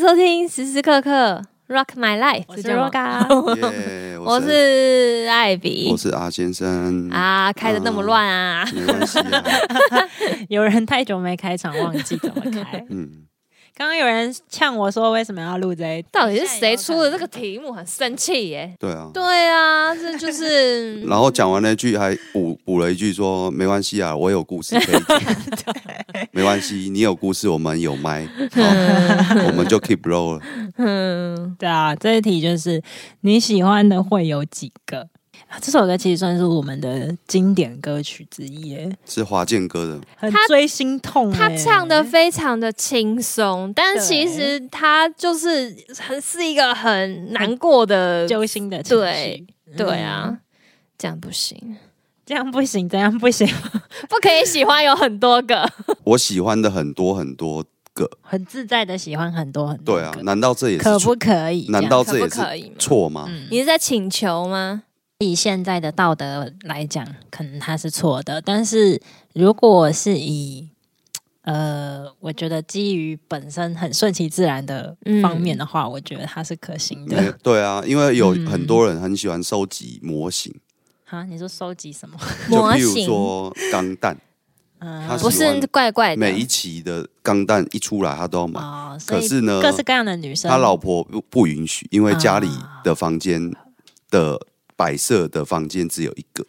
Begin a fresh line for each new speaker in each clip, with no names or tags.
收听时时刻刻 Rock 啊 My Life，
我是
这叫吗
Roga，
耶
我是艾比
我是阿先生，
啊，开的那么乱啊，
没关系啊，。
有人太久没开场，忘记怎么 开
嗯，
刚刚有人呛我说为什么要录这一，
到底是谁出的这个题目？很生气耶！
对啊。
对啊，这就是
然后讲完那句还补补了一句说没关系啊，我有故事可以讲， 没关系，你有故事，我们有麦，好，我们就 keep roll 了。
嗯
对啊，这一题就是你喜欢的会有几个？啊这首歌其实算是我们的经典歌曲之一耶，
是华健哥的，
很
他
追心痛耶。
他唱的非常的轻松，但
对
其实他就是很是一个很难过的，
揪心的情绪
对，
嗯
对，啊，这样不行，
这样不行，这样不行，
不可以喜欢有很多个。
我喜欢的很多很多个，
很自在的喜欢很多很多
对
个。
啊，难道这也
可
是
不
错？
可以？
难
这样
道
可
这
不
也是
可以吗
错吗？
嗯
你是在请求吗？
以现在的道德来讲，可能他是错的，但是如果是以呃，我觉得基于本身很顺其自然的方面的话，我觉得它是可行
没有
的。
对啊，因为有
嗯
很多人很喜欢收集模型，
啊，你说收集什么？
就
模
譬如
型啊
说钢弹，
嗯
他
不
喜欢
是怪怪的，
每一期的钢弹一出来，他都要买。
哎哦，所
可
以
是呢，
各式各样的女生，
他老婆不不允许，因为家里
啊
的房间的摆设的房间只有一个，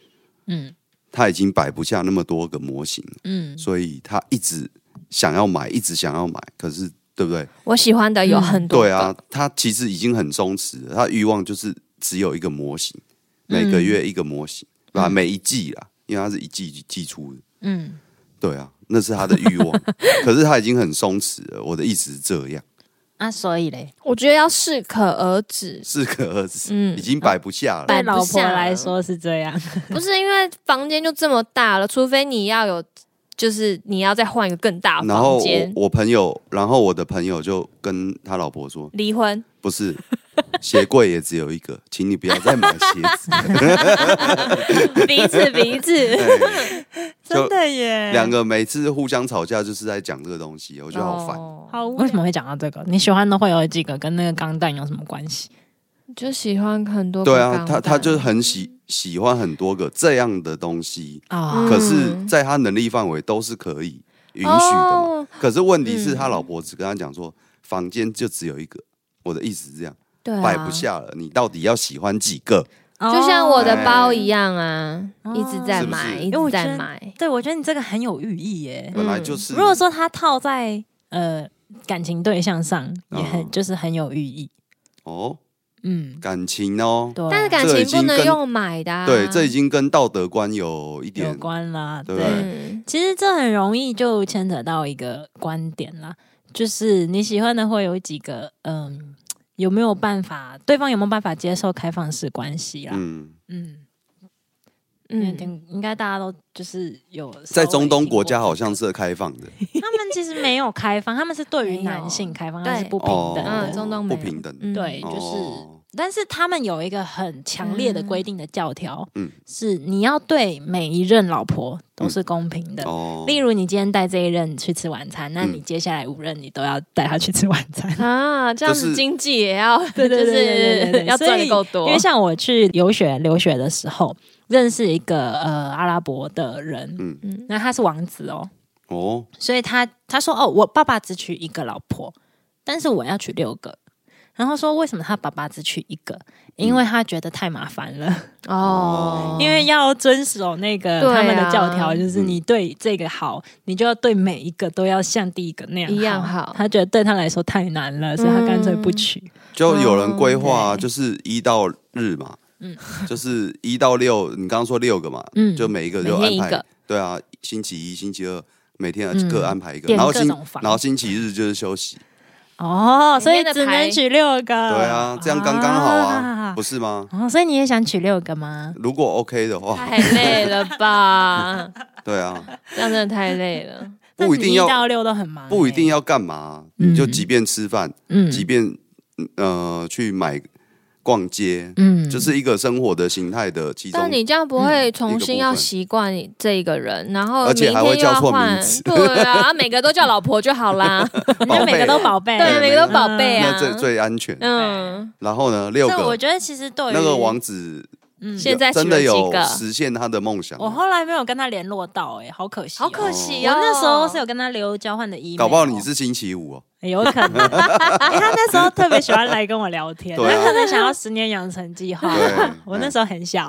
嗯
他已经摆不下那么多个模型了，
嗯，
所以他一直想要买，一直想要买，可是对不对？
我喜欢的有很多个。
对啊，他其实已经很松弛了，他欲望就是只有一个模型，
嗯
每个月一个模型，啊、每一季啦，因为他是一季一季出的，
嗯，
对啊，那是他的欲望， 可是他已经很松弛了。我的意思是这样，，
那啊所以嘞，
我觉得要适可而止
适可而止，
嗯
已经摆不下了。
摆
对
不
老婆
下了
来说是这样，
不是因为房间就这么大了，除非你要有，就是你要再换一个更大的
然后
房
我
间，
我朋友，然后我的朋友就跟他老婆说
离婚。：“
不是，鞋柜也只有一个，请你不要再买鞋子。
彼此彼此，
哎就
的耶
两个每次互相吵架就是在讲这个东西，我
我
觉得好烦。
哦
好无聊，为什么会讲到这个？你喜欢的会有几个，跟那个钢弹有什么关系？
就喜欢很多
对
个
啊
钢，
他
弹
他就是很喜喜欢很多个这样的东西，
啊
嗯
可是在他能力范围都是可以允许的嘛。
哦
可是问题
嗯
是他老婆只跟他讲说，房间就只有一个。我的意思是这样，
对啊
摆不，下了，你到底要喜欢几个？
啊
就像我的
哎
包一样啊，
哦
一直在
是不是
买，一
因
为
直
我觉
在
得
买，
对，我觉得你这个很有寓意耶。
本来就是。
嗯如果说它套在呃感情对象上，也很、
嗯
就是很有寓意。
哦，
嗯，
感情哦，
对，啊
但是感
这
情
已
不
经
能
跟
用买的啊，
对，这已经跟道德观有一
有
点
关啦，
对不对
嗯
其实这很容易就牵扯到一个观点啦，就是你喜欢的会有几个，嗯，有没有办法，对方有没有办法接受开放式关系啦？
嗯，
嗯，因为
嗯，
听应该大家都就是有
在中东国家好
是。
像是开放的，
他们其实没有开放，他们是对于男性开放，
没有
他们是不平
哦，
等
嗯
的。
中东没
不
有
平等，
嗯
对，就是，
哦
但是他们有一个很强烈的规定的教条，
嗯
是你要对每一任老婆都是公平的。
哦
例如，你今天带这一任去吃晚餐，那你
嗯
接下来五任你都要带他去吃晚 餐。
啊，这样
就
子
是
经济也要，
对对对对对
就
对
是要赚的够多
因为。像我去留学留学的时候，认识一个呃阿拉伯的人，
嗯
嗯
那他是王子哦，
哦，
所以他他说哦，我爸爸只娶一个老婆，但是我要娶六个。然后说为什么他爸爸只娶一个？因为他觉得太麻烦了，
哦，
因为要遵守那个
对啊
他们的教条，就是
嗯
你对这个好，你就要对每一个都要像第一个那样
一样好嗯
他觉得对他来说太难了，所以他干脆不娶。
就有人规划
嗯对
就是一到日嘛，嗯，就是一到六，你刚刚说六个嘛，
嗯
就每一个
每
就
天
安
一
排
个，
对啊，星期一、星期二。每天
嗯
各安排一个，
点
然后
各
星
种房
然后星期日就是休息，
哦，所以只
每天的牌
能娶六个。对
对啊，这样刚刚好啊，不是吗？
哦，所以你也想娶六个吗？
如果 OK 的话，
太累了吧？
对啊，
这样真的太累了。
不一定要
但你一到六都很忙欸、
不一定要干嘛，
嗯
你就即便吃饭，
嗯
即便呃去买逛街，
嗯，
就是一个生活的形态的其中
但。你这样不会重新
嗯一个部
要
分
习惯你这一个人，然后
而
明
且
天
还
又
会叫
要
错
换
名字，
对啊，每个都叫老婆就好 啦，
人家每个都宝贝啊，
对，每个都宝贝
那
啊，
最最安全。
嗯，
然后呢，六
这我
个
觉得其实对于
那个网址
嗯
现在
真的
取了几
有
个
实现他的梦想啊吗，
我后来没有跟他联络到、哎，好可惜、
好可
惜、
惜
我
哦。
那时候是有跟他留交换的 email，
搞不好你是星期五哦。
有可 能、哎他那时候特别喜欢来跟我聊天，
对啊
他可能想要十年养成计划
对。嗯
我那时候很小，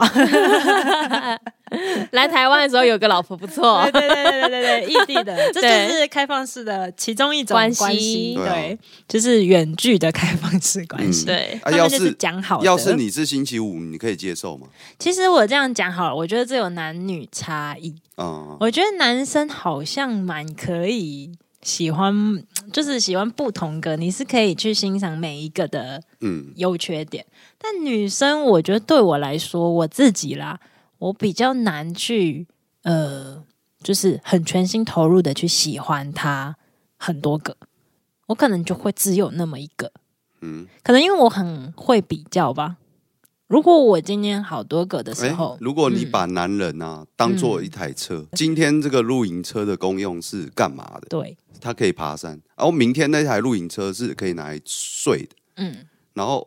来台湾的时候有个老婆不错
对，对对对对对，异地的，这
对
就是开放式的其中一种
关
关
系
对啊
对，就是远距的开放式关系。
嗯
对，
啊，
他
要
们就是
是
讲好的，
要是你是星期五，你可以接受吗？
其实我这样讲好了，我觉得这有男女差异。
啊，
我觉得男生好像蛮可以喜欢，就是喜欢不同个，你是可以去欣赏每一个的
嗯，
优缺点。但女生，我觉得对我来说，我自己啦，我比较难去呃，就是很全心投入的去喜欢他很多个，我可能就会只有那么一个。
嗯，
可能因为我很会比较吧。如果我今天好多个的时
哎
候，，嗯
如果你把男人啊当做一台车，今天这个露营车的功用是干嘛的？
对，
它可以爬山，然后明天那台露营车是可以拿来睡的，
嗯
然后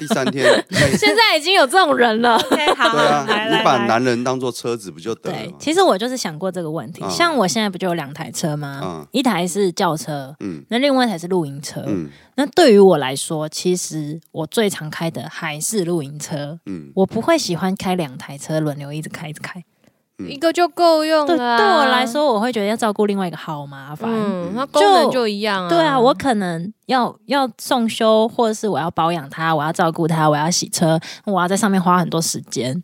第三天，那
现在已经有这种人了，
，OK，好
对啊，你把男人当做车子不就得了
对
吗，？
其实我就是想过这个问题。
嗯
像我现在不就有两台车吗？
嗯
一台是轿车，
嗯
那另外一台是露营车。
嗯
那对于我来说，其实我最常开的还是露营车。
嗯，
我不会喜欢开两台车轮流一直开一直开，
嗯
一个就够用
对，
了啊。
对我来说，我会觉得要照顾另外一个好麻烦。
嗯，那
就
功能就一样啊。
对啊，我可能要要送修，或者是我要保养它，我要照顾它，我要洗车，我要在上面花很多时间。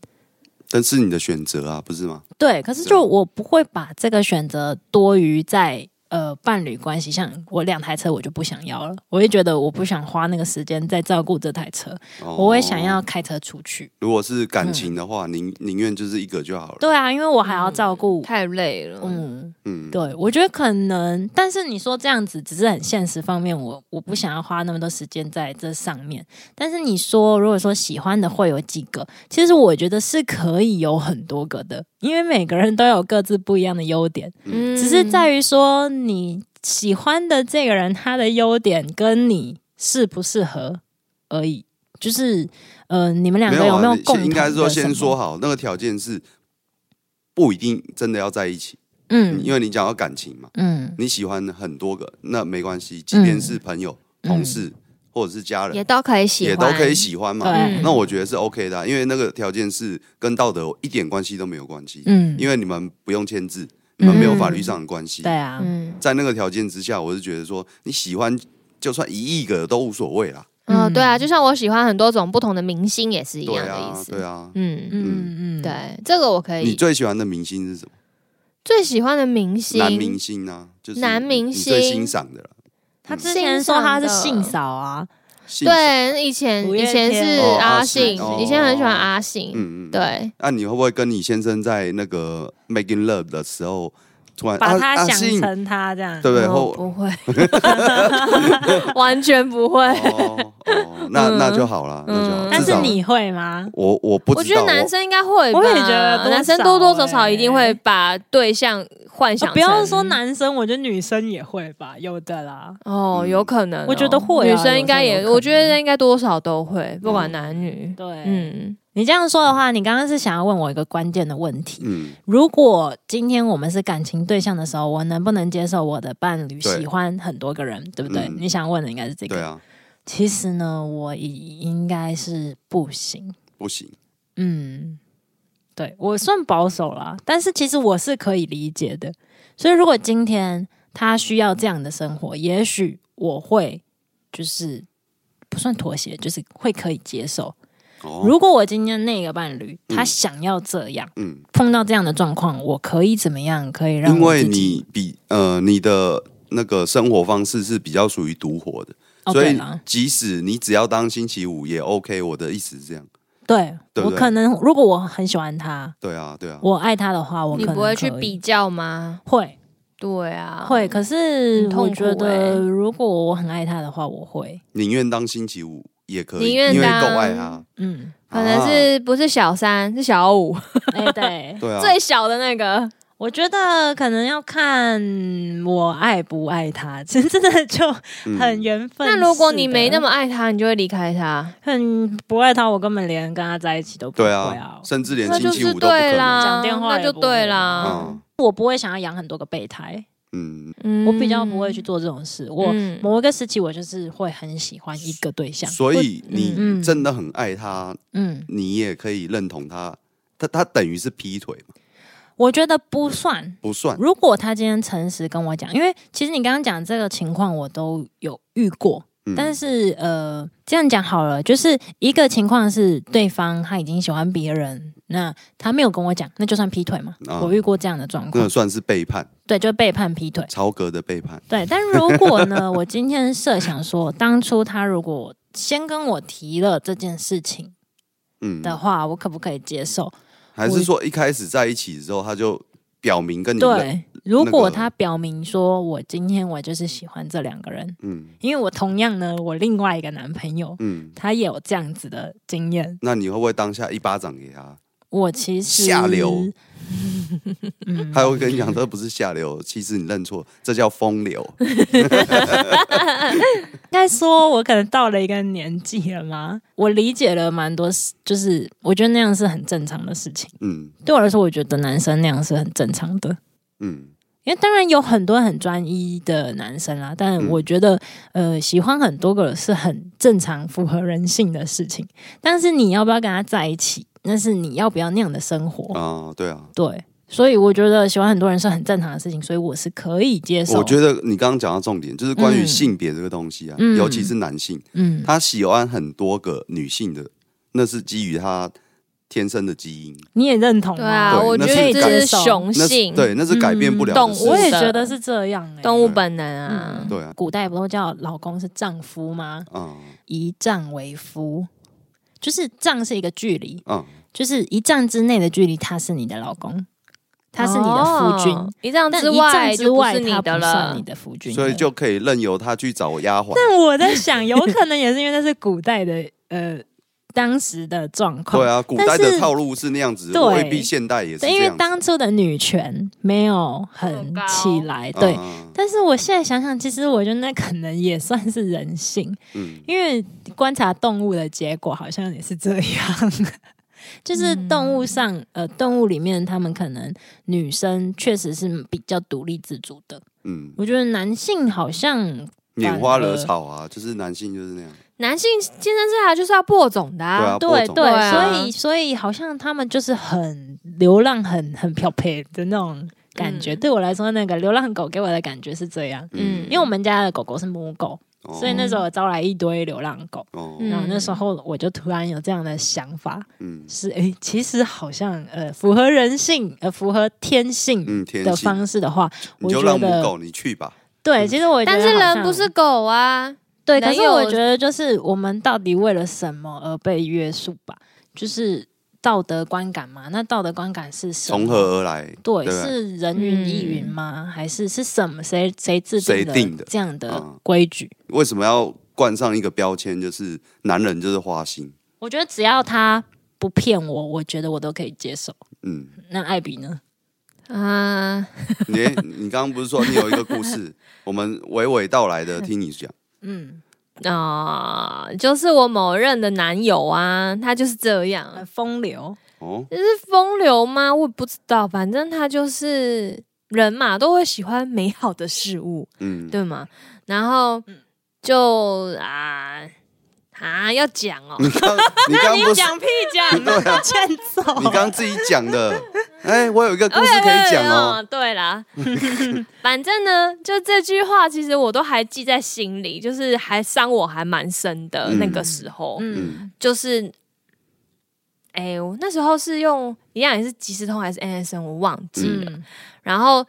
但是你的选择啊，不是吗？
对，可是
是啊
就我不会把这个选择多于在呃伴侣关系，像我两台车我就不想要了，我会觉得我不想花那个时间在照顾这台车，
哦
我会想要开车出去。
如果是感情的话，宁宁愿就是一个就好了。
对啊，因为我还要照顾，
太累了。
嗯，
嗯，
对，我觉得可能，但是你说这样子只是很现实方面，我我不想要花那么多时间在这上面。但是你说，如果说喜欢的会有几个，其实我觉得是可以有很多个的，因为每个人都有各自不一样的优点。
嗯，
只是在于说你喜欢的这个人他的优点跟你适不适合而已，就是呃，你们两个有没有
啊
共同？
应该是说先说，好，那个条件是不一定真的要在一起，
嗯
因为你讲到感情嘛，
嗯，
你喜欢很多个，那没关系，即便是朋友、
嗯
同事或者是家
也
人，
都可以喜
也
欢，
都可以喜欢嘛。
对，
嗯
那我觉得是 OK 的啊、因为那个条件是跟道德一点关系都没有关系，
嗯，
因为你们不用签字，你们没有法律上的关系。
对啊，
嗯。
在那个条件之下，我是觉得说你喜欢，就算一亿个都无所谓啦。
嗯，
嗯
对啊，就像我喜欢很多种不同的明星，也是一
对
样的意
啊，
思。
对啊。
嗯，
嗯嗯，
对，这个我可
你
以。
最喜欢的明星是什么？
最喜欢的明星，
男明星啊，就是
男明
你最
星
欣赏的啦。
他之前说他是性嫂啊，
欣赏，
对，以前
五
以
月
前
天
是
哦
阿
阿
信
信哦，
以前很喜欢阿信，
嗯嗯，。
对，
那、你会不会跟你先生在那个 making love 的时候，突然
把
啊
他
啊
想
信
成他这样，
对不对？
我
后
不 会，完全不会。
哦哦， 那、
嗯
那就好了，那就好。
但
至
是
少
你会吗？
我我不知道，哦
我觉得男生应该会吧，
我也觉得多少
男生多多少少一定会把对象幻想成、
啊不要说男生，我觉得女生也会吧，有的啦。
哦，
嗯
有可能哦、
我觉得会啊
女生应该
有
也，
时候有可能
我觉得应该多少都会，不管男女。
对，
嗯，
你这样说的话，你刚刚是想要问我一个关键的问题：
嗯，
如果今天我们是感情对象的时候，我能不能接受我的伴侣
对
喜欢很多个人，对不对？
嗯
你想问的应该是这
对
个。
啊，
其实呢，我应该是不行。
不行，
嗯，对我算保守啦，但是其实我是可以理解的。所以如果今天他需要这样的生活，也许我会就是不算妥协，就是会可以接受。
哦，
如果我今天那个伴侣
嗯
他想要这样，
嗯，
碰到这样的状况，我可以怎么样？可以让
因为
我自己
你比呃你的那个生活方式是比较属于独活的，
哦，
所
对
以
啦
即使你只要当星期五也 OK。我的意思是这样，
对
对不
我
对
可能如果我很喜欢他，
对啊，对啊，
我爱他的话，我
你
可能
不会去
可以
比，较吗？
会
对啊，
会。可是
很痛
我
苦
觉
欸
得，如果我很爱他的话，我会
宁愿当星期五也可以，
宁
因
愿
为
当
够爱他。
嗯，
可能是不是小三，是小五，
哎、对
啊、，对啊，
最小的那 个。
我觉得可能要看我爱不爱他，其实真的就
嗯
很缘分
那
似的。
如果你没那么
么
爱他，你就会离开他，
很不爱他，我根本连跟他在一起都不会
对
啊
啊，。甚至连
那
星
就
期
是
五都不可
对
能。
啦
讲，电话
那
也
就
不会
对啦。
嗯
我不会想要养很多个备胎，
嗯，
嗯
我比较不会去做这种事。我
嗯
某一个时期，我就是会很喜欢一个对象，
所以
嗯
你真的很爱他，
嗯，
你也可以认同他，他他等于是劈腿嘛，
我觉得不算。
不算。
如果他今天诚实跟我讲，因为其实你刚刚讲这个情况，我都有遇过，
嗯
但是呃，这样讲好了，就是一个情况是对方他已经喜欢别人，那他没有跟我讲，那就算劈腿嘛。
啊
我遇过这样的状
那
况，
算是背叛，
对，就背叛劈腿。
曹格的背叛。
对，但如果呢，我今天设想说，当初他如果先跟我提了这件事情
嗯，
的话，我可不可以接受？
还是说一开始在一起之后，他就表明跟你认，
对，如果
那个
他表明说我今天我就是喜欢这两个人，
嗯
因为我同样呢，我另外一个男朋友
嗯，
他也有这样子的经验，
那你会不会当下一巴掌给他？
我其实
下流，
嗯，
他会跟你讲，这不是 下流，其实你认错，这叫风流。
应该说，我可能到了一个年纪了嘛，我理解了蛮多事，就是我觉得那样是很正常的事情。
嗯
对我来说，我觉得男生那样是很正常的，
嗯
因为当然有很多很专一的男生啦，但
嗯
我觉得，呃，喜欢很多个是很正常、符合人性的事情。但是你要不要跟他在一起，那是你要不要那样的生活。
啊，对啊，
对，所以我觉得喜欢很多人是很正常的事情，所以我是可以接受。
我觉得你刚刚讲到重点，就是关于
嗯
性别这个东西啊，
嗯
尤其是男性，
嗯，
他喜欢很多个女性的，那是基于他天生的基因，
你也认同
对
吗
啊，
对
我觉
那
得
是
这
感
是雄
那是
性，
对，那是改变不了
动
的
物
事
嗯我
情。
也觉嗯得是这样、欸。
动物本能啊
嗯。
对啊，
古代不都叫老公是丈夫吗？
嗯
一丈为夫，就是丈是一个距离，
嗯，
就是一丈之内的距离，他是你的老公，他是你的夫君。
哦一丈
但
之
一丈
外
之
就不
外，
是你
他
的
不算
了
你。的夫君了，
所以就可以任由他去找丫鬟。
但我在想，有可能也是因为那是古代的呃当时的状况，
对啊，古代
但是
的套路是那样子，
对
未必现代也是
对，
这
因为
样子。
当初的女权没有很起来，对。
嗯
但是我现在想想，其实我觉得那可能也算是人性，
嗯
因为观察动物的结果好像也是这样， 就是动物上、
嗯
呃，动物里面他们可能女生确实是比较独立自主的，
嗯，
我觉得男性好像
拈花惹草啊，就是男性就是那样。
男性健身是来就是要播种的
对
啊
啊，
对
播种
对，
对啊
所以所以好像他们就是很流浪、很很漂配的那种感觉。
嗯
对我来说，那个流浪狗给我的感觉是这样，
嗯
因为我们家的狗狗是母狗，
哦
所以那时候招来一堆流浪狗。
哦
嗯
然后那时候我就突然有这样的想法，
嗯
是诶，其实好像呃符合人性、呃符合天性
嗯，天
的
性，嗯
方式的话，
你
我
就
觉
让母
得
狗你去吧。
对。其实我觉得
但是
好
人
像
不是狗啊，
对，
人
可是我
有
觉得就是我们到底为了什么而被约束吧？就是道德观感嘛？那道德观感是什么？
从何而来？
对，
对不对
是人云亦
嗯
云吗？还是是什么？谁谁制
谁
定
定
的
的
这样的
嗯
规矩？
为什么要冠上一个标签，就是男人就是花心？
我觉得只要他不骗我，我觉得我都可以接受。
嗯，
那艾比呢？
啊，
你你刚刚不是说你有一个 故事，我们娓娓道来的听你讲。
嗯，
啊、就是我某任的男友啊，他就是这样，
风 流，
哦，
是风流吗？我也不知道，反正他就是人嘛，都会喜欢美好的事物，
嗯，
对吗？然后
嗯
就啊啊，要讲哦，
你刚你刚 不是啊
讲屁讲， 欠揍
你刚自己讲的？哎，我有一个故事可以讲哦。
嗯对啦， 反正呢，就这句话，其实我都还记在心里，就是还伤我还蛮深的、
嗯
那个时候，
嗯
嗯
就是，哎、我那时候是用一样也是即时通还是 NSN，我忘记了。
嗯
然后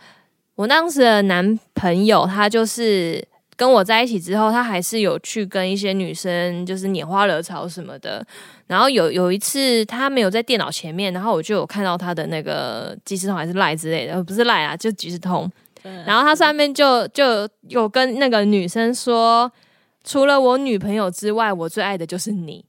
我当时的男朋友他就是。跟我在一起之后，他还是有去跟一些女生就是拈花惹草什么的。然后有有一次他没有在电脑前面，然后我就有看到他的那个即时通还是赖之类的，呃不是赖啊，就即时通。然后他上面就就有跟那个女生说：“除了我女朋友之外，我最爱的就是你。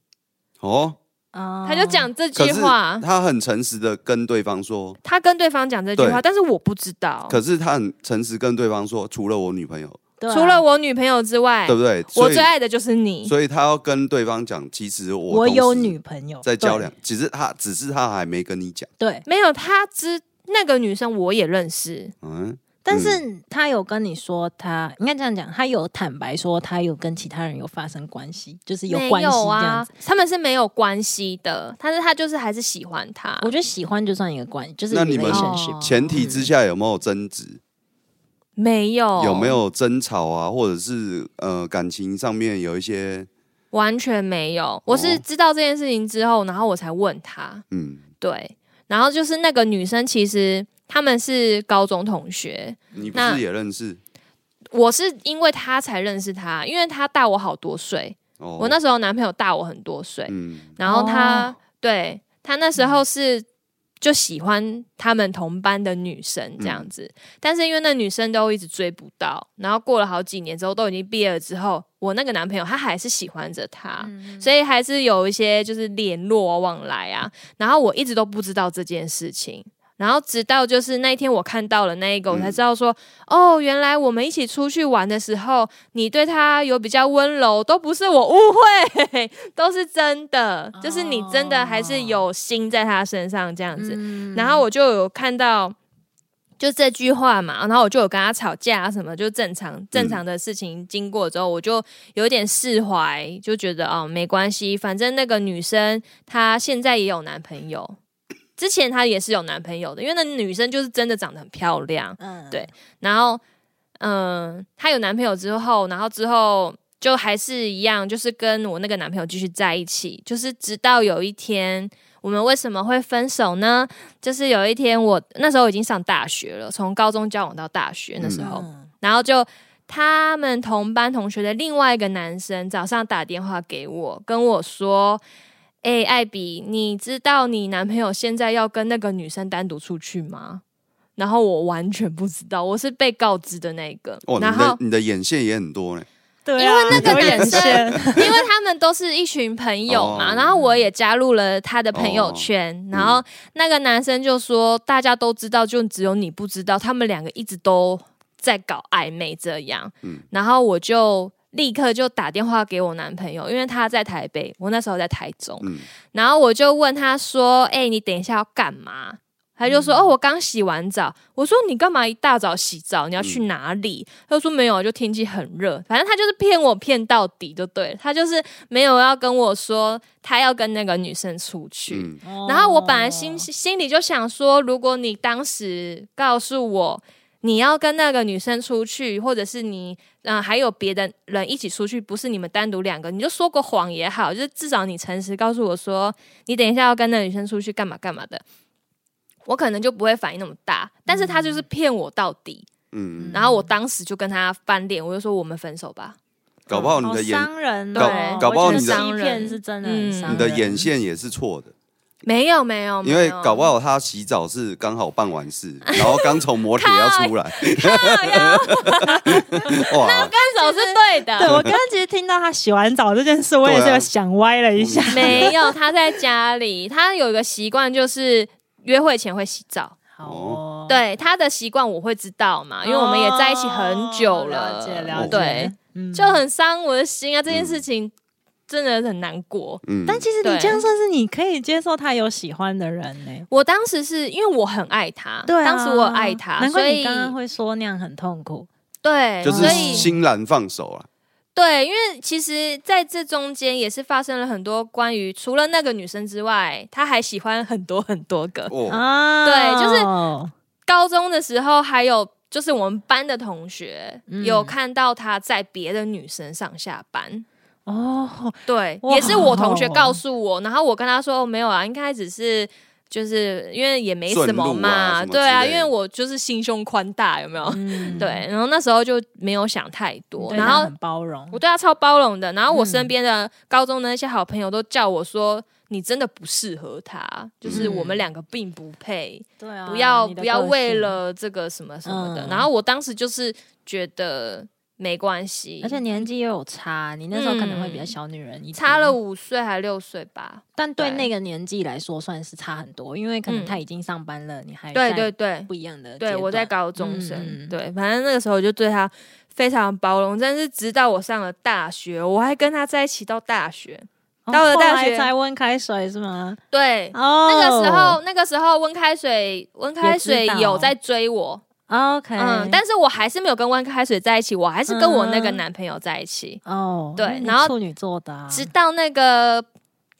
哦，
哦
他就，讲这
可
句
是
话，
他很诚实的跟对方说，
他跟对方讲这句话，但是我不知道。
可是他很诚实跟对方说，除了我女朋友，
对啊
除了我女朋友之外
对，不对？
哎我
所以
最爱的就是你。
所以他要跟对方讲，其实我
我
同
有
时
女朋友，
在交两，只是他只是他还没跟你讲，
对，对，
没有他知那个女生我也认识，
嗯，
但是他有跟你说他，应该这样讲，他有坦白说他有跟其他人有发生关系，就是有
没
关系
有
这样
啊
子。，
他们是没有关系的，但是他就是还是喜欢他。
我觉得喜欢就算一个关系，就是
那你们
relationship
前提之下有没有争执？
没有，
有没有争吵啊？或者是呃感情上面有一些
完全没
哦
有。我是知道这件事情之后，然后我才问他，
嗯，
对，然后就是那个女生其实他们是高中同学，
你不
那
是也认识？
我是因为他才认识他，因为他大我好多岁，
哦
我那时候男朋友大我很多岁，
嗯
然后他、
哦
对他那时候是就喜欢他们同班的女生这样子，
嗯
但是因为那女生都一直追不到，然后过了好几年之后都已经毕业了之后，我那个男朋友他还是喜欢着她，所以还是有一些就是联络往来啊，然后我一直都不知道这件事情。然后直到就是那一天我看到了那一个，我才知道说，哦，原来我们一起出去玩的时候，你对他有比较温柔，都不是我误会， 都是真的，就是你真的还是有心在他身上这样子。然后我就有看到。就这句话嘛，然后我就有跟他吵架啊什么，就正常正常的事情经过之后，我就有点释怀，就觉得哦没关系，反正那个女生她现在也有男朋友，之前她也是有男朋友的，因为那女生就是真的长得很漂亮，
嗯，
对然后，嗯，她有男朋友之后，然后之后就还是一样，就是跟我那个男朋友继续在一起，就是直到有一天，我们为什么会分手呢？就是有一天我那时候已经上大学了，从高中交往到大学那时候，
嗯
然后就他们同班同学的另外一个男生早上打电话给我，跟我说。哎、艾比，你知道你男朋友现在要跟那个女生单独出去吗？然后我完全不知道，我是被告知的那个。
哦，
然
你
后
的你的眼线也很多呢，
对
因
啊，
为那个
有眼
男生
线
因为他们都是一群朋友嘛，
哦
然后我也加入了他的朋友圈，
嗯
然后那个男生就说大家都知道，就只有你不知道，他们两个一直都在搞暧昧这样，
嗯
然后我就。立刻就打电话给我男朋友，因为他在台北，我那时候在台中，
嗯，
然后我就问他说：“哎、你等一下要干嘛？”他就说：“
嗯
哦，我刚洗完澡。”我说：“你干嘛一大早洗澡？你要去哪里？”他就说：“没有，啊就天气很热。”反正他就是骗我骗到底，就对了。他就是没有要跟我说他要跟那个女生出去。
嗯
哦
然后我本来
哦
心心里就想说，如果你当时告诉我你要跟那个女生出去，或者是你嗯、呃还有别的人一起出去，不是你们单独两个，你就说个谎也好，就是至少你诚实告诉我说你等一下要跟那女生出去干嘛干嘛的，我可能就不会反应那么大。但是他就是骗我到底，
嗯，
然后我当时就跟他翻脸，我就说我们分手吧。
搞不好
嗯
你的
好
眼
伤人哦，
搞
我
搞
不好
觉得
你的
欺骗是真的很
嗯啊
伤人，
你的眼线也是错的，
没有没有，
因为搞不
好
好他洗澡是刚好办完 事，然后刚从摩铁要出来，哇，
分手是对的，
对我刚刚其实听到他洗完澡这件事，我也
对啊
是想歪了一下。
没有，他在家里，他有一个习惯就是约会前会洗澡。
好哦，
对他的习惯我会知道嘛，因为我们也在一起很久
哦
了，
了解了
解
对，
嗯
就很伤我的心啊！这件事情真的很难过。
嗯，
但其实你
对
这样算是你可以接受他有喜欢的人呢。
我当时是因为我很爱他，
对啊，
当时我很爱他，
难
所
怪
以
你刚刚会说那样很痛苦。
对，
就是
所以
欣然放手啊，
对，因为其实在这中间也是发生了很多关于除了那个女生之外，他还喜欢很多很多个。
哦，
啊，
对就是
是
高中的时候，还有就是我们班的同学、
嗯
有看到他在别的女生上下班，
哦，
对，
哇
也是我同学告诉我，然后我跟他说哦没有啊，应该只是。就是因为也没什么嘛，
顺路啊什么之类的
对啊，因为我就是心胸宽大，有没有？
嗯，
对，然后那时候就没有想太
你
多，
对
然
他
后
很嗯包容
我。对他超包容的，然后我身边的高中的那些好朋友都叫我说，你真的不适合他，就是
嗯
我们两个并不配，
对啊，
不要
你的
不要
个性
为了这个什么什么的。
嗯
然后我当时就是觉得没关系，
而且年纪又有差，你那时候可能会比较小女人一点，
嗯差了五岁还六岁吧。
但对
对
那个年纪来说算是差很多，因为可能
嗯
他已经上班了，你还
对
在
对对
不一样的阶
对，
段。
我在高中生，
嗯嗯
对，反正那个时候我就对他非常包容，但是直到我上了大学，我还跟他在一起到大学。
哦
到了大
后来
学
才温开水是吗？
对，
哦，
那个时候那个时候温开水温开水
也知道
有在追我，
，OK，
嗯，但是我还是没有跟温开水在一起，我还是跟我那个
嗯哼
男朋友在一起，
哦，
对
那你
然后
处女座的啊，
直到那个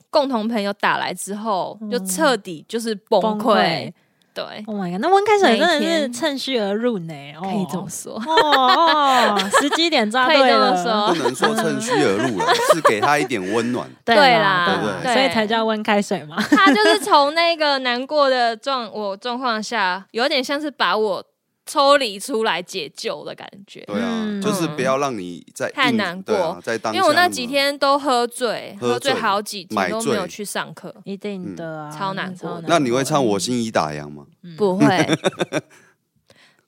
共同朋友打来之后，就彻底就是嗯崩
崩
溃
溃。
对，
Oh my god，那温开
那
水
一
真的是
天
趁虚而入呢，哦
可以这么 说。
哦哦， 十几点扎
可以
对
这么
了
说
不能说趁虚 而入了，啊是给他一点温暖。
对
对啦
啦，
对
啦所以
对
才叫温开水嘛。
他就是从那个难过的状我状况下，有点像是把我抽离出来解救的感觉。
对啊，
嗯
就是不要让你在
太
硬
难
对啊
过
在当下嗯
因为我那几天都喝醉，
喝醉
喝醉好几天
买
都
醉
没有去上课，
一定的啊，
嗯超难
那
过的
那么，那你会唱《我心已打烊》吗？
不 会。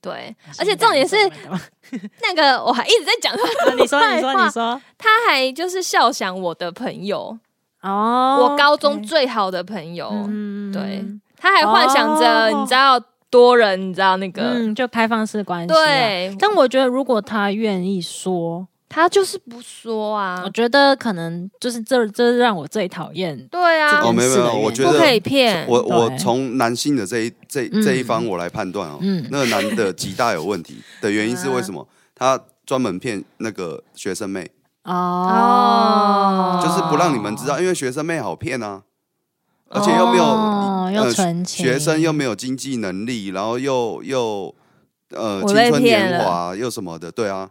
对，而且重点是那个我还一直在 讲他
啊， 你说，你
坏
说，
话
你说，
他还就是笑想我的朋友，
哦
我高中最好的朋友，
嗯
对，他还幻想着、
哦
你知道多人，你知道那个，
嗯，啊就开放式关系。，
对，
但我觉得如果他愿意说，
他就是不说啊
我，觉得可能就是这这让我最讨厌。
对啊
哦，，没有没
是的
有，我觉
不可以
得
骗，
我我
对
从男性的这一这
嗯
这一方我来判断哦，
嗯
那个男的极大有问题的原因是为什 么？他专门骗那个学生妹，
哦，
就是不让你们知道，因为学生妹好骗啊，而且又没有
哦又
呃
纯情，
学生又没有经济能力，然后又又呃
我
青
被
春
骗了
年华又什么的，对啊，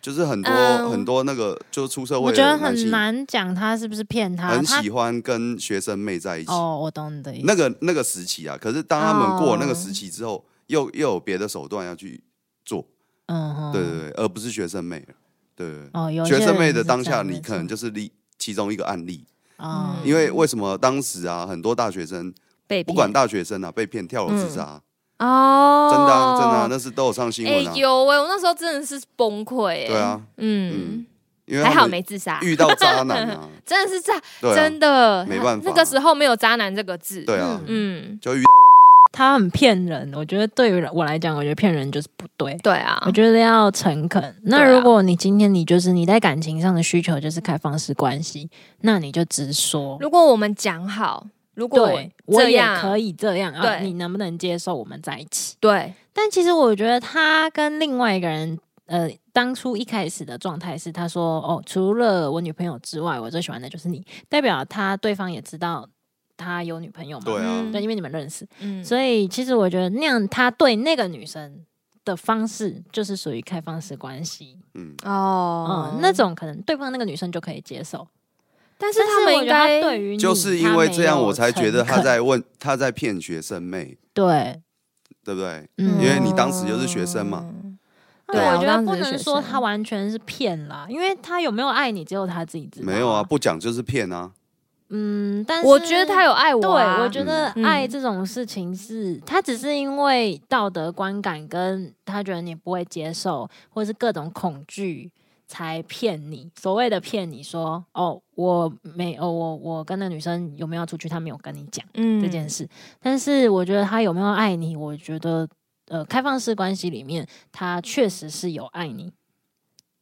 就是很多、
嗯
很多那个就出社
我
会
觉得
的男
很
性
难讲他是不是骗他，
很
他
喜欢跟学生妹在一起，
哦，我懂你的意思。
那个那个时期啊，可是当他们过了那个
哦
时期之后，又又有别的手段要去做，
嗯哼，
对对对，而不是学生妹了，对对对
哦，有一些
学生妹
人
的
是
当
这
下，
样
你
没
可能
错
就是例其中一个案例，
哦
嗯
因为为什么当时啊，很多大学生
被骗
不管大学生啊被骗跳楼自杀，
哦，
嗯
真的啊真的
哦
啊，那是都有上新
哎
闻啊，
有哎，我那时候真的是崩溃哎，
对，啊，
嗯，
因为
还
他
好
们
没自杀，
遇到渣男啊，
真的是这样，
对啊
真的
没办法
那个时候没有渣男这个字，
对啊，
嗯
嗯，
就遇到
他很骗人，我觉得对于我来讲，我觉得骗人就是不对。
对啊
我，觉得要诚恳。那
对啊
如果你今天你就是你在感情上的需求就是开放式关系，那你就直说。
如果我们讲好，如果
对，我
这
也
样
可以这样啊，
对
你能不能接受我们在一起？
对，
但其实我觉得他跟另外一个人，呃，当初一开始的状态是他说哦，除了我女朋友之外，我最喜欢的就是你，代表他对方也知道他有女朋友嘛，
对啊
嗯
对，因为你们认识，
嗯，
所以其实我觉得那样，他对那个女生的方式就是属于开放式关系，
嗯，
哦，
嗯，那种可能对方那个女生就可以接受，
但是
但
他
是
们
我
应
觉得他
该
对于你
就是因为这样，
没有
我才觉得他
诚恳
在问他在骗学生妹，
对，
对不对？
嗯，
因为你当时就是学生嘛
嗯，
但
对啊
我
我
觉得
当时
不
是学
能说
生
他完全是骗啦，因为他有没有爱你，只有他自己知道。
没有啊，，不讲就是骗啊，
嗯，但是
我觉得他有爱我
对，
啊，
我觉得
嗯
爱这种事情是，他只是因为道德观感跟他觉得你不会接受，或是各种恐惧才骗你。所谓的骗你说，哦，我没，哦，我我跟那女生有没有出去，他没有跟你讲
嗯
这件事。但是我觉得他有没有爱你，我觉得。呃，开放式关系里面，他确实是有爱你，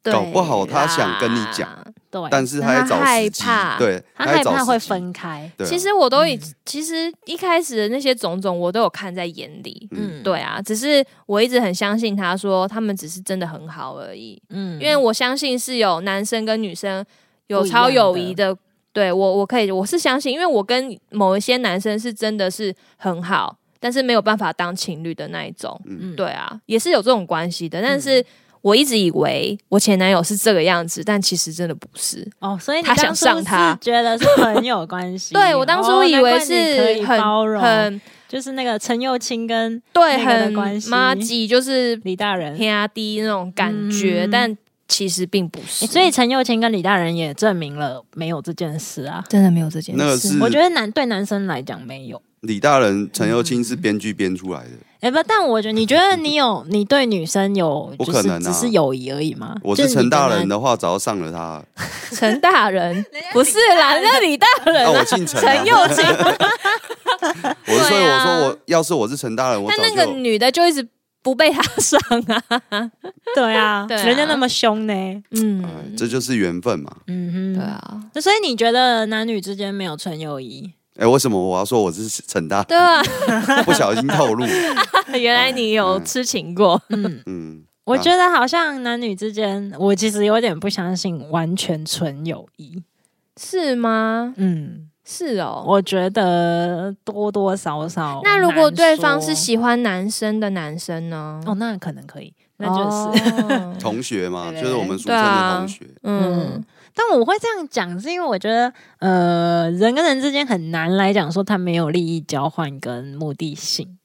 对
搞不好他想跟你讲
啦
对，
但是他在
哎
找
他害
时机
怕，
对，
他
在
害
找
怕
时
会
机，
分开，
对啊，
其实我都已，
嗯
其实一开始的那些种种，我都有看在眼里。
嗯，
对啊，只是我一直很相信他说他们只是真的很好而已，
嗯，
因为我相信是有男生跟女生有
不一
超
样
友
的
谊的。对我，我可以，我是相信，因为我跟某一些男生是真的是很好，但是没有办法当情侣的那一种。
嗯
对啊，也是有这种关系的。但是我一直以为我前男友是这个样子，但其实真的不是。
哦，所以你
他想
当初
上他
是觉得是朋友关 系。
对我当初
哦
以为
难怪你可
是
以
很、
包容，
很
就是那个陈幼卿跟
对
那个的
很
关系
妈鸡，就是
李大人。
天压低那种感觉，
嗯
但其实并不是，
所以陈幼卿跟李大人也证明了没有这件事啊。
真的没有这件事。
那个是
我觉得男对男生来讲没有，
李大人、陈幼
嗯
卿是编剧编出来的，
哎、不，但我觉得你觉得你有你对女生有，
不
就
可
是
能啊
只是友谊而已吗？
我
就是是你
陈
跟
大
他
人的话，早上 了他。
陈大 人不是啦，那李大人
那
啊
我姓陈啊，
陈幼卿，
我所以
对
我
啊
说我要是我是陈大人，我
但
早
那个
就哎
女的就一直不被他 伤啊。
对啊，
对啊
人家那么凶呢，
哎
嗯，
这就是缘分嘛。
嗯
对
哼，
啊，
对，所以你觉得男女之间没有纯友谊？
哎，为什么我要说我是陈大？
对啊，
不小心透露，
原来你有痴情过。
嗯，
嗯，
我觉得好像男女之间，我其实有点不相信完全纯友谊。
是吗？
嗯，
是哦。
我觉得多多少少。
那如果对方是喜欢男生的男生呢？
哦，那可能可以，那就是。
那
同学嘛，
对
就是我们俗称的同学。
嗯，
但我会这样讲，是因为我觉得，呃，人跟人之间很难来讲说他没有利益交换跟目的性，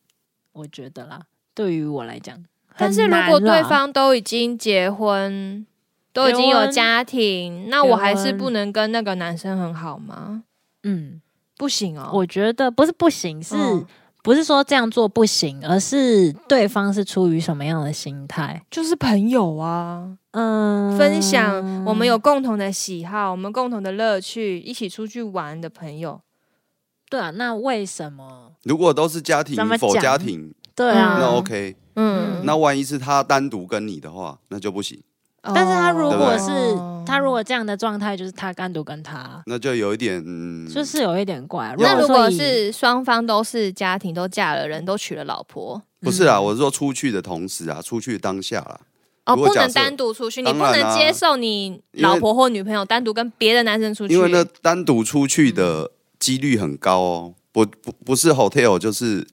我觉得啦，对于我来讲，
但是
很
如
难
果对
啦
方都已经结婚，都已经有家庭，那我还是不能跟那个男生很好吗？
嗯，
不行哦，
我觉得不是不行，是、
嗯
不是说这样做不行，而是对方是出于什么样的心态？
就是朋友啊，
嗯，
分享我们有嗯共同的喜好，我们共同的乐趣，一起出去玩的朋友。
对啊，那为什么？
如果都是家庭
怎么
否
讲
家庭，
对
嗯
啊，
那 OK。
嗯，
那万一是他单独跟你的话，那就不行，
但是他如果是、
哦
他如果这样的状态，就是他单独跟他，
那就有一点嗯，
就是有一点怪。啊
那如
说
果
以
是双方都是家庭都嫁了人，都娶了老婆，
不是
嗯
啦。我是说出去的同时啊，出去当下啦，
哦，
如果
不
假
能
设
单独出去，你
当
不
然
能
啊
接受你老婆或女朋友单独跟别的男生出去，
因为那单独出去的几率很高哦。不不不是 hotel 就是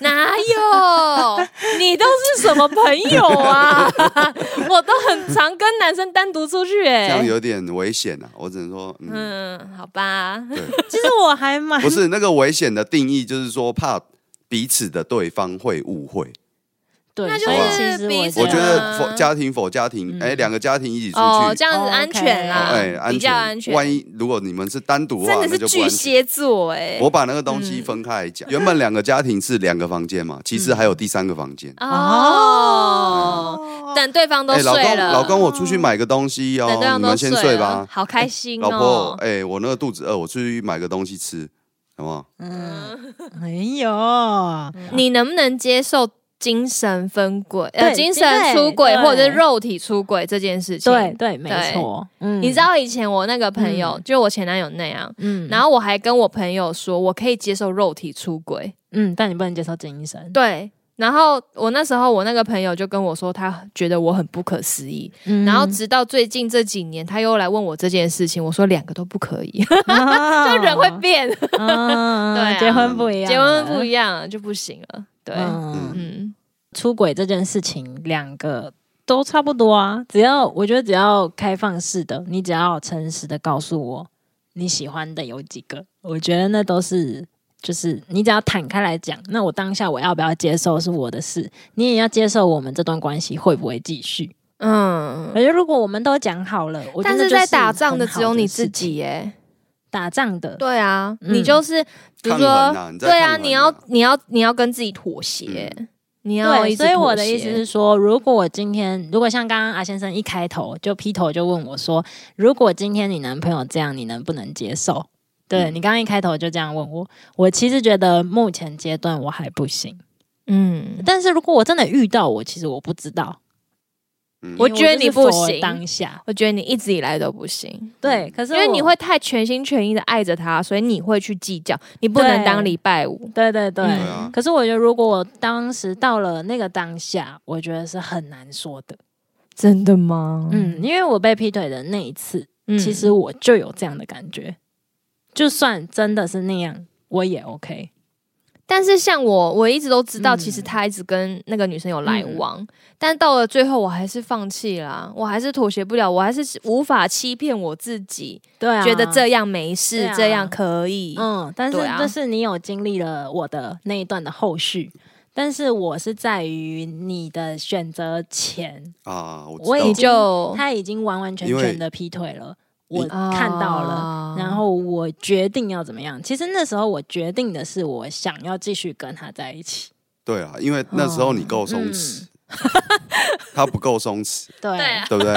哪有？ 你都是什么朋友啊？ 我都很常跟男生单独出去、
这
欸，
样有点危险啊。我只能说，嗯，
嗯，好吧，
对，
其实我还蛮
不是那个危险的定义，就是说怕彼此的对方会误会。
对，
那就
所以
是
其实
彼此
我
我
觉
对
得
啊嗯
否家庭否家庭，哎，两个家庭一起出
哦，
去，
这样子安全啦，
哦
哎，安
比较
全。
安全。
万一如果你们是单独的
真
话，
的
那
是
就不
巨
安全。
蟹座哎、
我把那个东西分开来讲，原本两个家庭是两个房间嘛，其实还有第三个房间。
哦，等对方都
哎，老
睡
公，
了，
老公，我出去买个东西哦
等对，方啊
你
都
们先
睡
睡
了
吧。
好开心
老婆
哦，。
哎，我那个肚子饿，我出去买个东西吃，好不好？
嗯，哎呦，
哎
你能不能接受精神分轨？呃，
对
精神出轨
对
或者是肉体出轨这件事情？
对对，没错，嗯，
你知，道以前我那个朋友，就我前男友那样，
嗯，
然后我还跟我朋友说，我可以接受肉体出轨，
嗯，但你不能接受精神，
对。然后我那时候我那个朋友就跟我说，他觉得我很不可思议。
嗯
然后直到最近这几年，他又来问我这件事情，我说两个都不可以，
就
就人会变，对
嗯，
啊
结婚哦不一样，
结婚不
样，
一样就不行了。对，
嗯，
嗯，
出轨这件事情，两个都差不多啊，只要我觉得只要开放式的，你只要诚实的告诉我你喜欢的有几个，我觉得那都是。就是你只要坦开来讲，那我当下我要不要接受是我的事，你也要接受我们这段关系会不会继续。
嗯
我，觉得如果我们都讲好了，我觉
但
得
是
就
在
是
打仗的
很好
只有你
的事
自
情，
己耶。
打仗的，
对啊，
嗯
你就是比如
抗
说，
衡啊你在
对
抗
啊，
衡
你要
啊
你要你要跟自己妥协，
嗯
你要一
对，
直
所以我
妥
的意思
协
是说，如果我今天，如果像刚刚阿先生一开头就劈头就问我说，如果今天你男朋友这样，你能不能接受？对、
嗯
你刚刚一开头就这样问我，我其实觉得目前阶段我还不行，
嗯，
但是如果我真的遇到我，其实我不知道，
嗯
我
因为
觉得
就是
你不
for
行
当下嗯
我觉得你一直以来都不行，
对，可是
因为
我
你会太全心全意的爱着他，所以你会去计较，你不能
对
当礼拜五。嗯
对对对，
对啊
可是我觉得如果我当时到了那个当下，我觉得是很难说的，
真的吗？
嗯，因为我被劈腿的那一次，
嗯
其实我就有这样的感觉，就算真的是那样，我也 OK。
但是像我，我一直都知道，
嗯
其实他一直跟那个女生有来往，但到了最后，我还是放弃啦，我还是妥协不了，我还是无法欺骗我自己，
对啊
觉得这样没事，
对啊
这样可以。
嗯，但是
对啊
这是你有经历了我的那一段的后续，但是我是在于你的选择前，
啊，我
我已经
知道
就
他已经完完全
因为
全的劈腿了，我
你
看到了。
哦
然后我决定要怎么样？其实那时候我决定的是，我想要继续跟他在一起。
对啊，因为那时候你够松弛， 他不够松弛，
对，
对啊
对不对？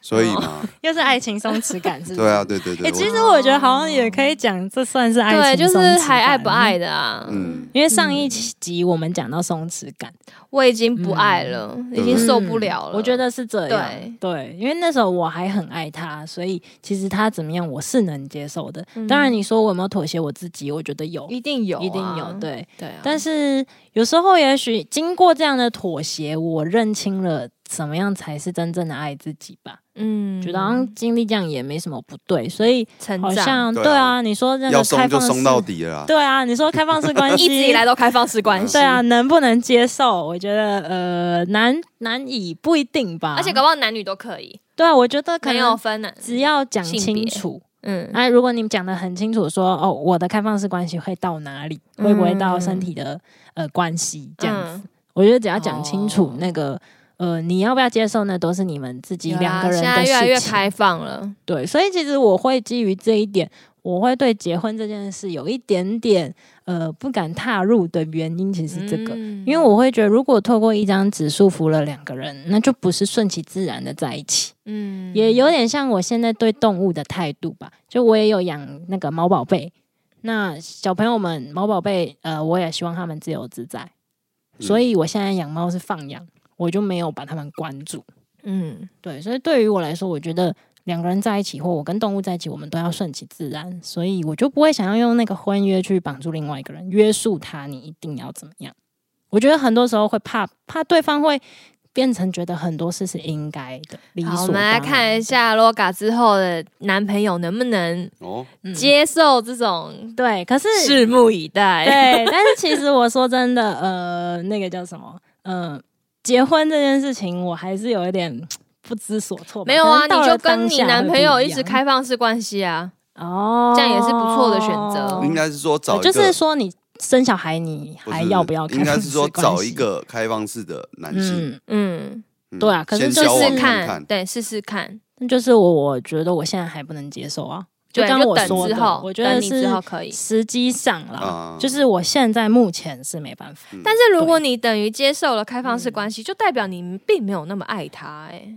所以嘛，
又是爱情松弛感，是不是？
对啊，对对
哎、
对，
其
我
实我觉得好像也可以讲，这算是爱
对，
情
就
松弛
是
感
还爱不？爱的啊，
嗯，
因为上一集我们讲到松弛感，
我已经不爱了，已经受不了了。
嗯我觉得是这样。
对
对，因为那时候我还很爱他，所以其实他怎么样我是能接受的。当然，你说我有没有妥协我自己？我觉得有，
一定嗯有啊，
一定有。对，
对啊，
但是有时候，也许经过这样的妥协，我认清了怎么样才是真正的爱自己吧。
嗯，
觉得好像经历这样也没什么不对，所以
成
好
长
像
对啊
对啊，你说那个
要
开
松
放
就
式
松到底了啦。
对啊，你说开放式关系
一直以来都开放式关系，
对啊，，能不能接受？我觉得呃难难以不一定吧，
而且搞不好男女都可以，
对啊，我觉得可
没有
能
分男，
只要讲
性
清
别
楚，
嗯
那、如果你们讲的很清楚说，哦，我的开放式关系会到哪里，会不会到身体的呃关系这样子？
嗯
我觉得只要讲清楚
哦
那个、呃，你要不要接受，那都是你们自己
有啦
两个人
嗯啊现在
的
越来越
事情。
开放了，
对，所以其实我会基于这一点，我会对结婚这件事有一点点呃不敢踏入的原因，其实这个。
嗯
因为我会觉得，如果透过一张纸束缚了两个人，那就不是顺其自然的在一起。
嗯
也有点像我现在对动物的态度吧。就我也有养那个猫宝贝，那小朋友们猫宝贝，呃，我也希望他们自由自在，
嗯
所以我现在养猫是放养，我就没有把他们关住。
嗯
对，所以对于我来说，我觉得两个人在一起，或我跟动物在一起，我们都要顺其自然，所以我就不会想要用那个婚约去绑住另外一个人，约束他，你一定要怎么样。我觉得很多时候会怕怕对方会变成觉得很多事是应该的，理所
好，我们来
当然
看一下 LOGA 之后的男朋友能不能
哦，
嗯
接受这种，
对，可是
拭目以待。
对，但是其实我说真的，呃，那个叫什么，呃，结婚这件事情，我还是有一点嘖不知所措 吧。
没有啊，
可能到
你
了
就跟
当
你
下
男
会
朋
不
友
一
一直
样
开放式关系啊，
哦，
这样也是不错的选择
应该是说找一
哎就
个，
是说你生小孩，你
不是
还要不要？
应该是说找一，个开放式的男性，
嗯，
嗯，
嗯
对啊可是
先
就是
交
试
往
试
看
看，，对，试试看，
那就是我，我觉得我现在还不能接受啊。
对，
刚
就
我
等
说
之
的
后，，
我觉得
等你之
是
后可以。
时机上啦
啊，
就是我现在目前是没办法。
但是如果你等于接受了开放式关系，就代表你并没有那么爱他、哎，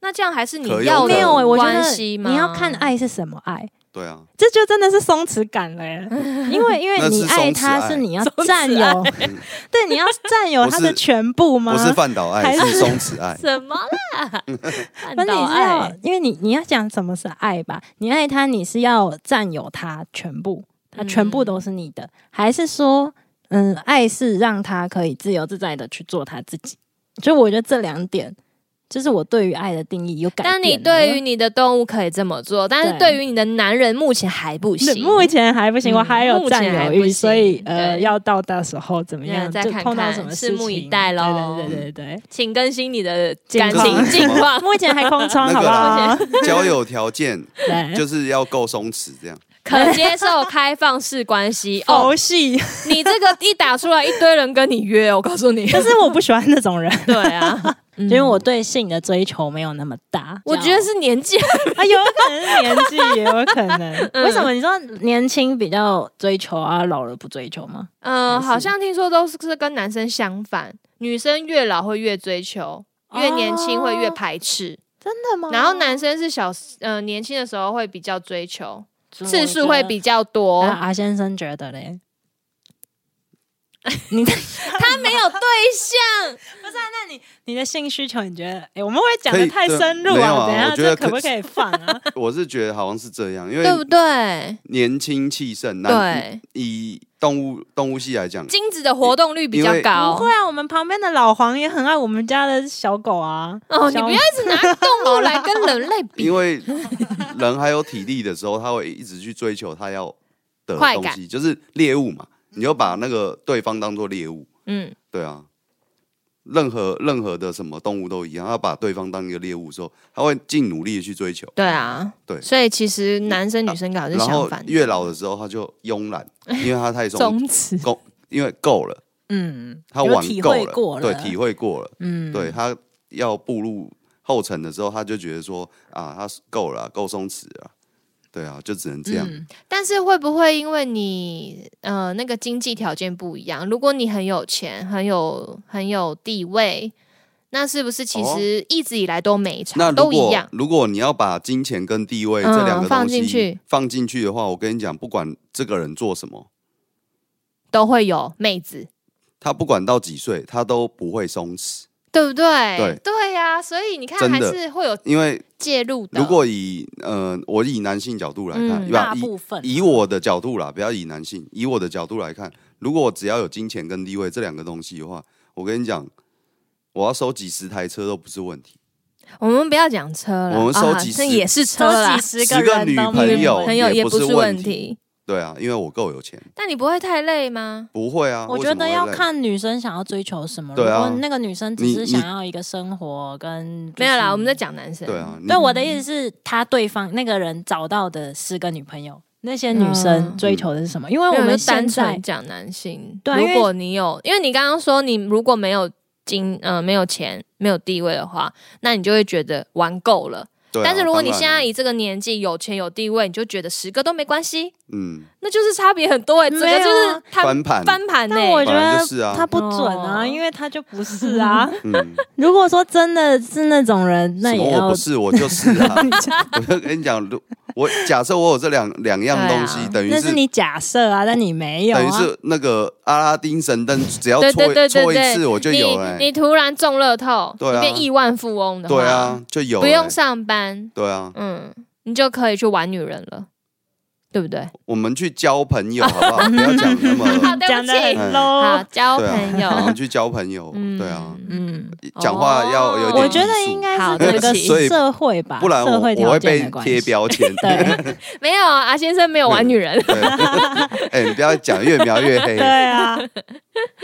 那这样还是你
可有
要
可
的
没有哎、我觉
哦关
得
系吗？。
你要看爱是什么爱。
对啊，
这就真的是松弛感了耶，因为因为
那是
你爱
松弛
他
爱
是你要占有
嗯，
对，你要占有他
不
的
是
全部吗
不？是饭岛爱，
还
是松弛爱
什么 啦？
不
看
是，
到
你是要
爱，，
因为你你要讲什么是爱吧？你爱他，你是要占有他全部，他全部
嗯
都是你的，还是说，嗯，爱是让他可以自由自在的去做他自己？就我觉得这两点，就是我对于爱的定义有改变了。
但你对于你的动物可以这么做，但是
对
对于你的男人目前还不行。
目前还不行，
嗯
我还有占
目前还
有
不行
欲，所以呃，
对
要到到时候怎么样，
那再
就
看
碰到
看
什么事
拭
情，
目以待咯
对对对对
请更新你的
近
感
况
情近况
对，。目前还空窗，
那
好不
个
好
啦？，交友条件
哎
对，
就是要够松弛，这样。
可接受开放式关 系哦
佛。系，
你这个一打出来，一堆人跟你约，我告诉 你。
但是我不喜欢那种人，
对 啊，
因为我对性的追求没有那么大。
我觉得是年纪，
啊，有可能是年纪，也有可能。 为什么你说年轻比较追求啊，老了不追求吗？
嗯、
还是
好像听说都是是跟男生相反，女生越老会越追求，越年轻会越排斥，
真的吗
然后男生是小呃年轻的时候会比较追求，
所以我
次数会比较
觉
多。
得。那啊阿先生觉得嘞？你
他没有对象，
你的性需求，你觉得？哎、我们会讲
可
的
以
太深入
对没有啊
等一下
我觉
这
得
可
可
不可以放 啊？
我是觉得好像是这样，因
对不
为
对？
年轻气盛，男
对，
以动物动物系 来讲，
精子的活动率比较
因为
不
高
会。啊，我们旁边的老黄也很爱我们家的小狗啊。
哦，你
小
不要一直拿动物来跟人类比。
因为人还有体力的时候，他会一直去追求他要的
快
东
感
西，就是猎物嘛。你就把那个对方当做猎物，
嗯，
对啊。任何任何的什么动物都一样，他把对方当一个猎物的时候，他会尽努力的去追求。
对啊，
对
所以其实男生女生刚好是
然
相
后
反的。
越老的时候，他就慵懒，因为他太松，
弛
够，因为够了，
嗯，
他
有
玩
体
够
会过
对，
了
体会过了，
嗯，
对他要步入后尘的时候，他就觉得说啊，他够了啊，够松弛了啊，对啊，就只能这样。
嗯
但是会不会因为你呃那个经济条件不一样？如果你很有钱，很有很有地位，那是不是其实一直以来都没差，
哦那如
都一
果
样？
如果你要把金钱跟地位
嗯
这两个
放
东西
进去
放进去的话，我跟你讲，不管这个人做什么，
都会有妹子，
他不管到几岁，他都不会松弛。
对不对？
对
呀、所以你看
真
还
的
是会有
因为
介入的。
如果以呃，我以男性角度来看，
嗯
对吧
大部分
以以我的角度啦，不要以男性，以我的角度来看，如果我只要有金钱跟地位这两个东西的话，我跟你讲，我要收几十台车都不是问题，
我们不要讲车了，
我们 收集
啊这
十
也是车
收
啦
几，十
十个
人
女
都
朋
没
友
问
朋友
也
也
不
不
是
是
问
问
题
题。
对啊，因为我够有钱，
但你不会太累吗？
不会啊。
我
为
觉
什么
得
会
要
累
看女生想要追求什么。
对啊
如果那个女生只
你
是
你
想要一个生活跟、就是
没有啦，我们在讲男生。
对啊，你
对我的意思是，他对方那个人找到的十个女朋友，那些女生
嗯
追求的是什么？因为
没有，
我
我
们
就单
现在
纯讲男性。
对啊因为
如果你有，因为你刚刚说你如果没有金，呃，没有钱，没有地位的话，那你就会觉得玩够了。
对啊
但是如果你
当
现
然啊
在以这个年纪有钱有地位，你就觉得十个都没关系，
嗯
那就是差别很多哎、欸，整
没
个
有啊
就是
翻
摊
盘，
翻盘欸呢、
但我觉
本来
得
就是啊
他不准啊，
哦
因为他就不是 啊。
嗯，
如果说真的是那种人，那
什么
也
我
要
不是我就是 啊， 我就跟你讲，如我假设我有这两两样东西
对，啊
等于
那是你假设啊，但你没有
等于
啊。
是那个阿拉丁神灯，只要
对
戳
对对对
戳一
对
次我就有了、
你你突然中乐透，
对啊
你变亿万富翁的话，
对啊，，就有、
不
了。
用上班，
对啊，
嗯，你就可以去玩女人了，对不对？
我们去交朋 友好不好？不要讲
好
那么，
啊对不
讲的
起
很
嗯
low，、
好，交
对啊
朋友，
我 们去交朋友，
嗯，
对啊，
嗯，哦
讲话要有一点
我觉得应该
好
是
对
整
不
个
起
所以
社会吧，
不然我
社会
我
条
会
件
被
的关
贴
系。
标签。
对
没有啊，阿先生没有玩女 人，
对，哎、你不要讲越描越黑
对。啊，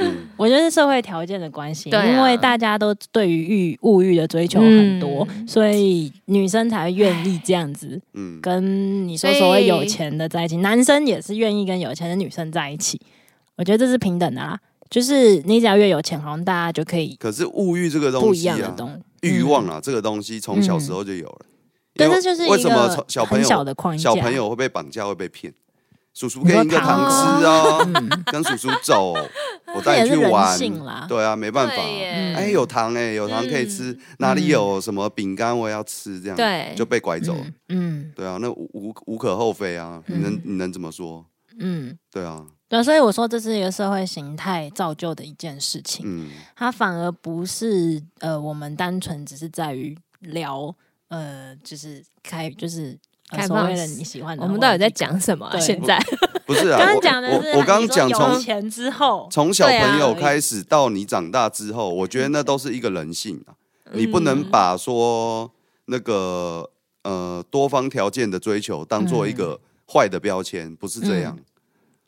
嗯，
我觉得是社会条件的关系，
对啊
因为大家都对于欲物欲的追求很多，
嗯
所以女生才会愿意这样子
嗯，
跟你说
所以
所谓有钱的在一起，男生也是愿意跟有钱的女生在一起。我觉得这是平等的啦，就是你只要越有钱，好像大家就可以
可是物欲这个东
不一
西
样的
啊，
东西。
欲望啊，这个东西从小时候就有了。
对，
因为
嗯这就是
为
一
什么
个
小朋
很
友
小的框架。
小朋友会被绑架，会被骗。叔叔
你
给
说
你一个
糖
糖吃啊，跟叔叔走，我带
也
你
是
去
人
玩。
性啦
对啊，没办法啊。
对
嗯
耶
哎，有糖哎，有糖可以吃，哪里有什么饼干我也要吃，这样
对
就被拐走。
嗯
对啊，那无无无可厚非啊，你能你能怎么说？
嗯，
对啊，
对，所以我说这是一个社会形态造就的一件事情。
嗯，
它反而不是呃，我们单纯只是在于聊呃，就是开就是、呃
开
所
放
谓的
式
你喜欢的，
嗯我们到底在？讲什么、啊？
对
现在
不是啊，
刚刚
我
讲的是
我我刚刚讲
你说有
从
钱之后，
从小朋友
对啊
开始到你长大之后，我觉得那都是一个人性啊。
嗯
你不能把说那个呃多方条件的追求当做
嗯
一个坏的标签，不是这样，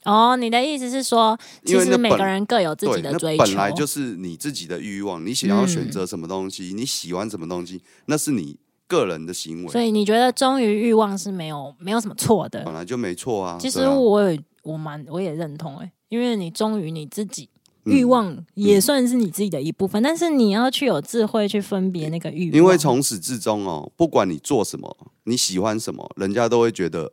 哦，你的意思是说，
因
其
为
实
那
每
本
个人各有自己
对，
的
那
追求，嗯
本来就是你自己的欲望，你想要选择什么东西，你喜欢什么东西，那是你个人的行
所
为，
以你觉得忠于欲望是没有没有什么错的。
本来就没错啊。
其实
对啊
我也我蛮我也认同哎、因为你忠于你自己。
嗯
欲望也算是你自己的一部分，但是你要去有智慧去分别那个欲望，
因为从始至终哦，不管你做什么，你喜欢什么，人家都会觉得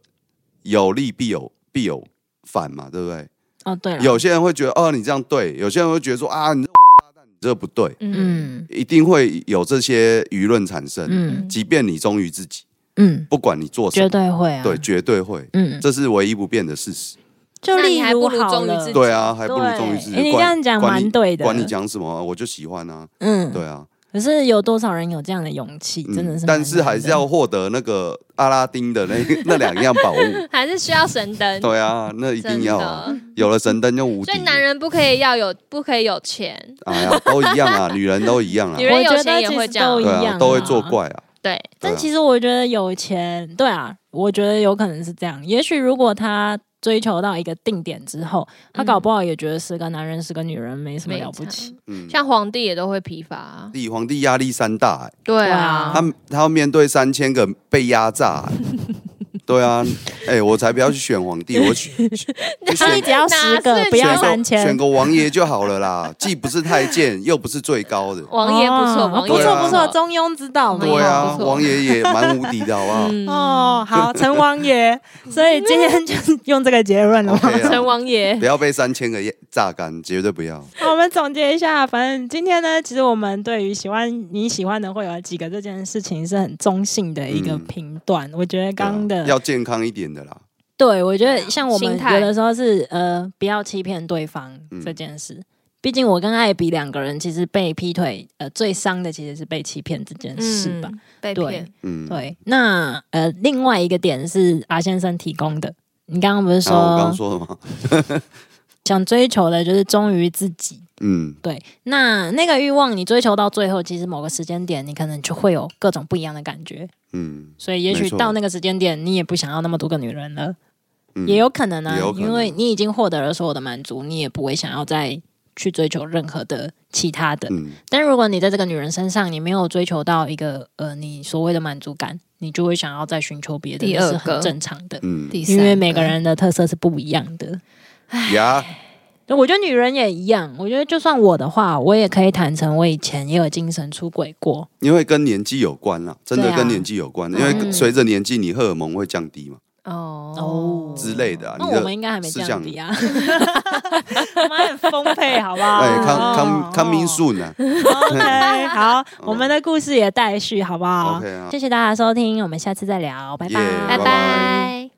有利必有必有反嘛，对不对？
哦对了，
有些人会觉得哦你这样对，有些人会觉得说啊你这王八蛋你这不对，
嗯
嗯
一定会有这些舆论产生。
嗯
即便你忠于自己，
嗯，
不管你做什
绝
么，
对会啊，
对，绝对会，
嗯，
这是唯一不变的事实。
就
那你
例
还
如
不如
好
忠于
了
自己
对啊，还不如忠于自己。
哎诶你这
管
样讲
管你
蛮对的
管你讲什么啊，我就喜欢啊。
嗯，
对啊，
可是有多少人有这样的勇气？
嗯
真的是蛮难的，
但是还是要获得那个阿拉丁的那 那两样宝 物。
还是需要神灯，
对啊，那一定
真
要啊，
的。
有了神灯就无敌
所
了。
以男人不可以要有，不可以有钱，
哎呀，都一 样啊，女人都一样啊
女，人
我觉
有钱
得
也
其
会
实
这样
都一
对
样
啊，
啊，
都会作。怪啊。
对，
但其
实
实我觉得有钱，对啊，我觉得有可能是这样。也许如果他追求到一个定点之后，他
嗯
搞不好也觉得是个男人是个女人没什么了不起。
嗯
像皇帝也都会疲乏、啊，
帝皇帝压力山大欸，
对
啊
啊，
他他要面对三千个被压榨欸，对啊，哎、我才不要去选皇帝，我选就
他
选
们只要十
哪
个，
是
不要
选个
三
选
千。
个王爷就好了啦，既不是太监，又不是最高的。
王爷不错，
哦
王爷
不错
对啊
不错，中庸之道嘛。
对啊，
不错
王爷也蛮无敌的，好不好？
嗯
哦，好，成王爷，所以今天就用这个结论 了吗
OK 啊
陈王爷
不要被三千个榨干，绝对不要。
好我们总结一下，反正今天呢，其实我们对于喜欢你喜欢的会有几个这件事情是很中性的一个
嗯
评断。我觉得刚刚的
对啊要健康一点的啦。
对，我觉得像我们
心态
有的时候是呃，不要欺骗对方
嗯
这件事。毕竟我跟艾比两个人，其实被劈腿，呃，最伤的其实是被欺骗这件事吧。
嗯被
对
骗，
嗯，
对，那呃，另外一个点是阿先生提供的，你刚刚不是
然啊后我刚
说
刚说什么？
想追求的就是忠于自己？
嗯，
对，那那个欲望你追求到最后，其实某个时间点，你可能就会有各种不一样的感觉。
嗯，
所以也许
没错
到那个时间点，你也不想要那么多个女人了。
嗯
也有可能啊，
也有可能
因为你已经获得了所有的满足，你也不会想要再去追求任何的其他的。
嗯，
但如果你在这个女人身上，你没有追求到一个呃你所谓的满足感，你就会想要再寻求别的，
第
这
二
是很
个
正常的。
嗯，
第三
因为每个人的特色是不一样的，
牙，
我觉得女人也一样。我觉得就算我的话，我也可以坦诚，我以前也有精神出轨过。
因为跟年纪有关啦，真的
对啊
跟年纪有关，因
嗯
为随着年纪，你荷尔蒙会降低嘛
哦
哦
之类的啊。
那
你
我们
的
应该还没这
思
样
想
比啊， 我们很丰沛，好不好？
哎，康康康明
数。
顺啊
OK，好，我们的故事也待续，好不好
，OK 啊
谢。谢大家收听，我们下次再聊，拜拜，
耶
拜
拜
拜。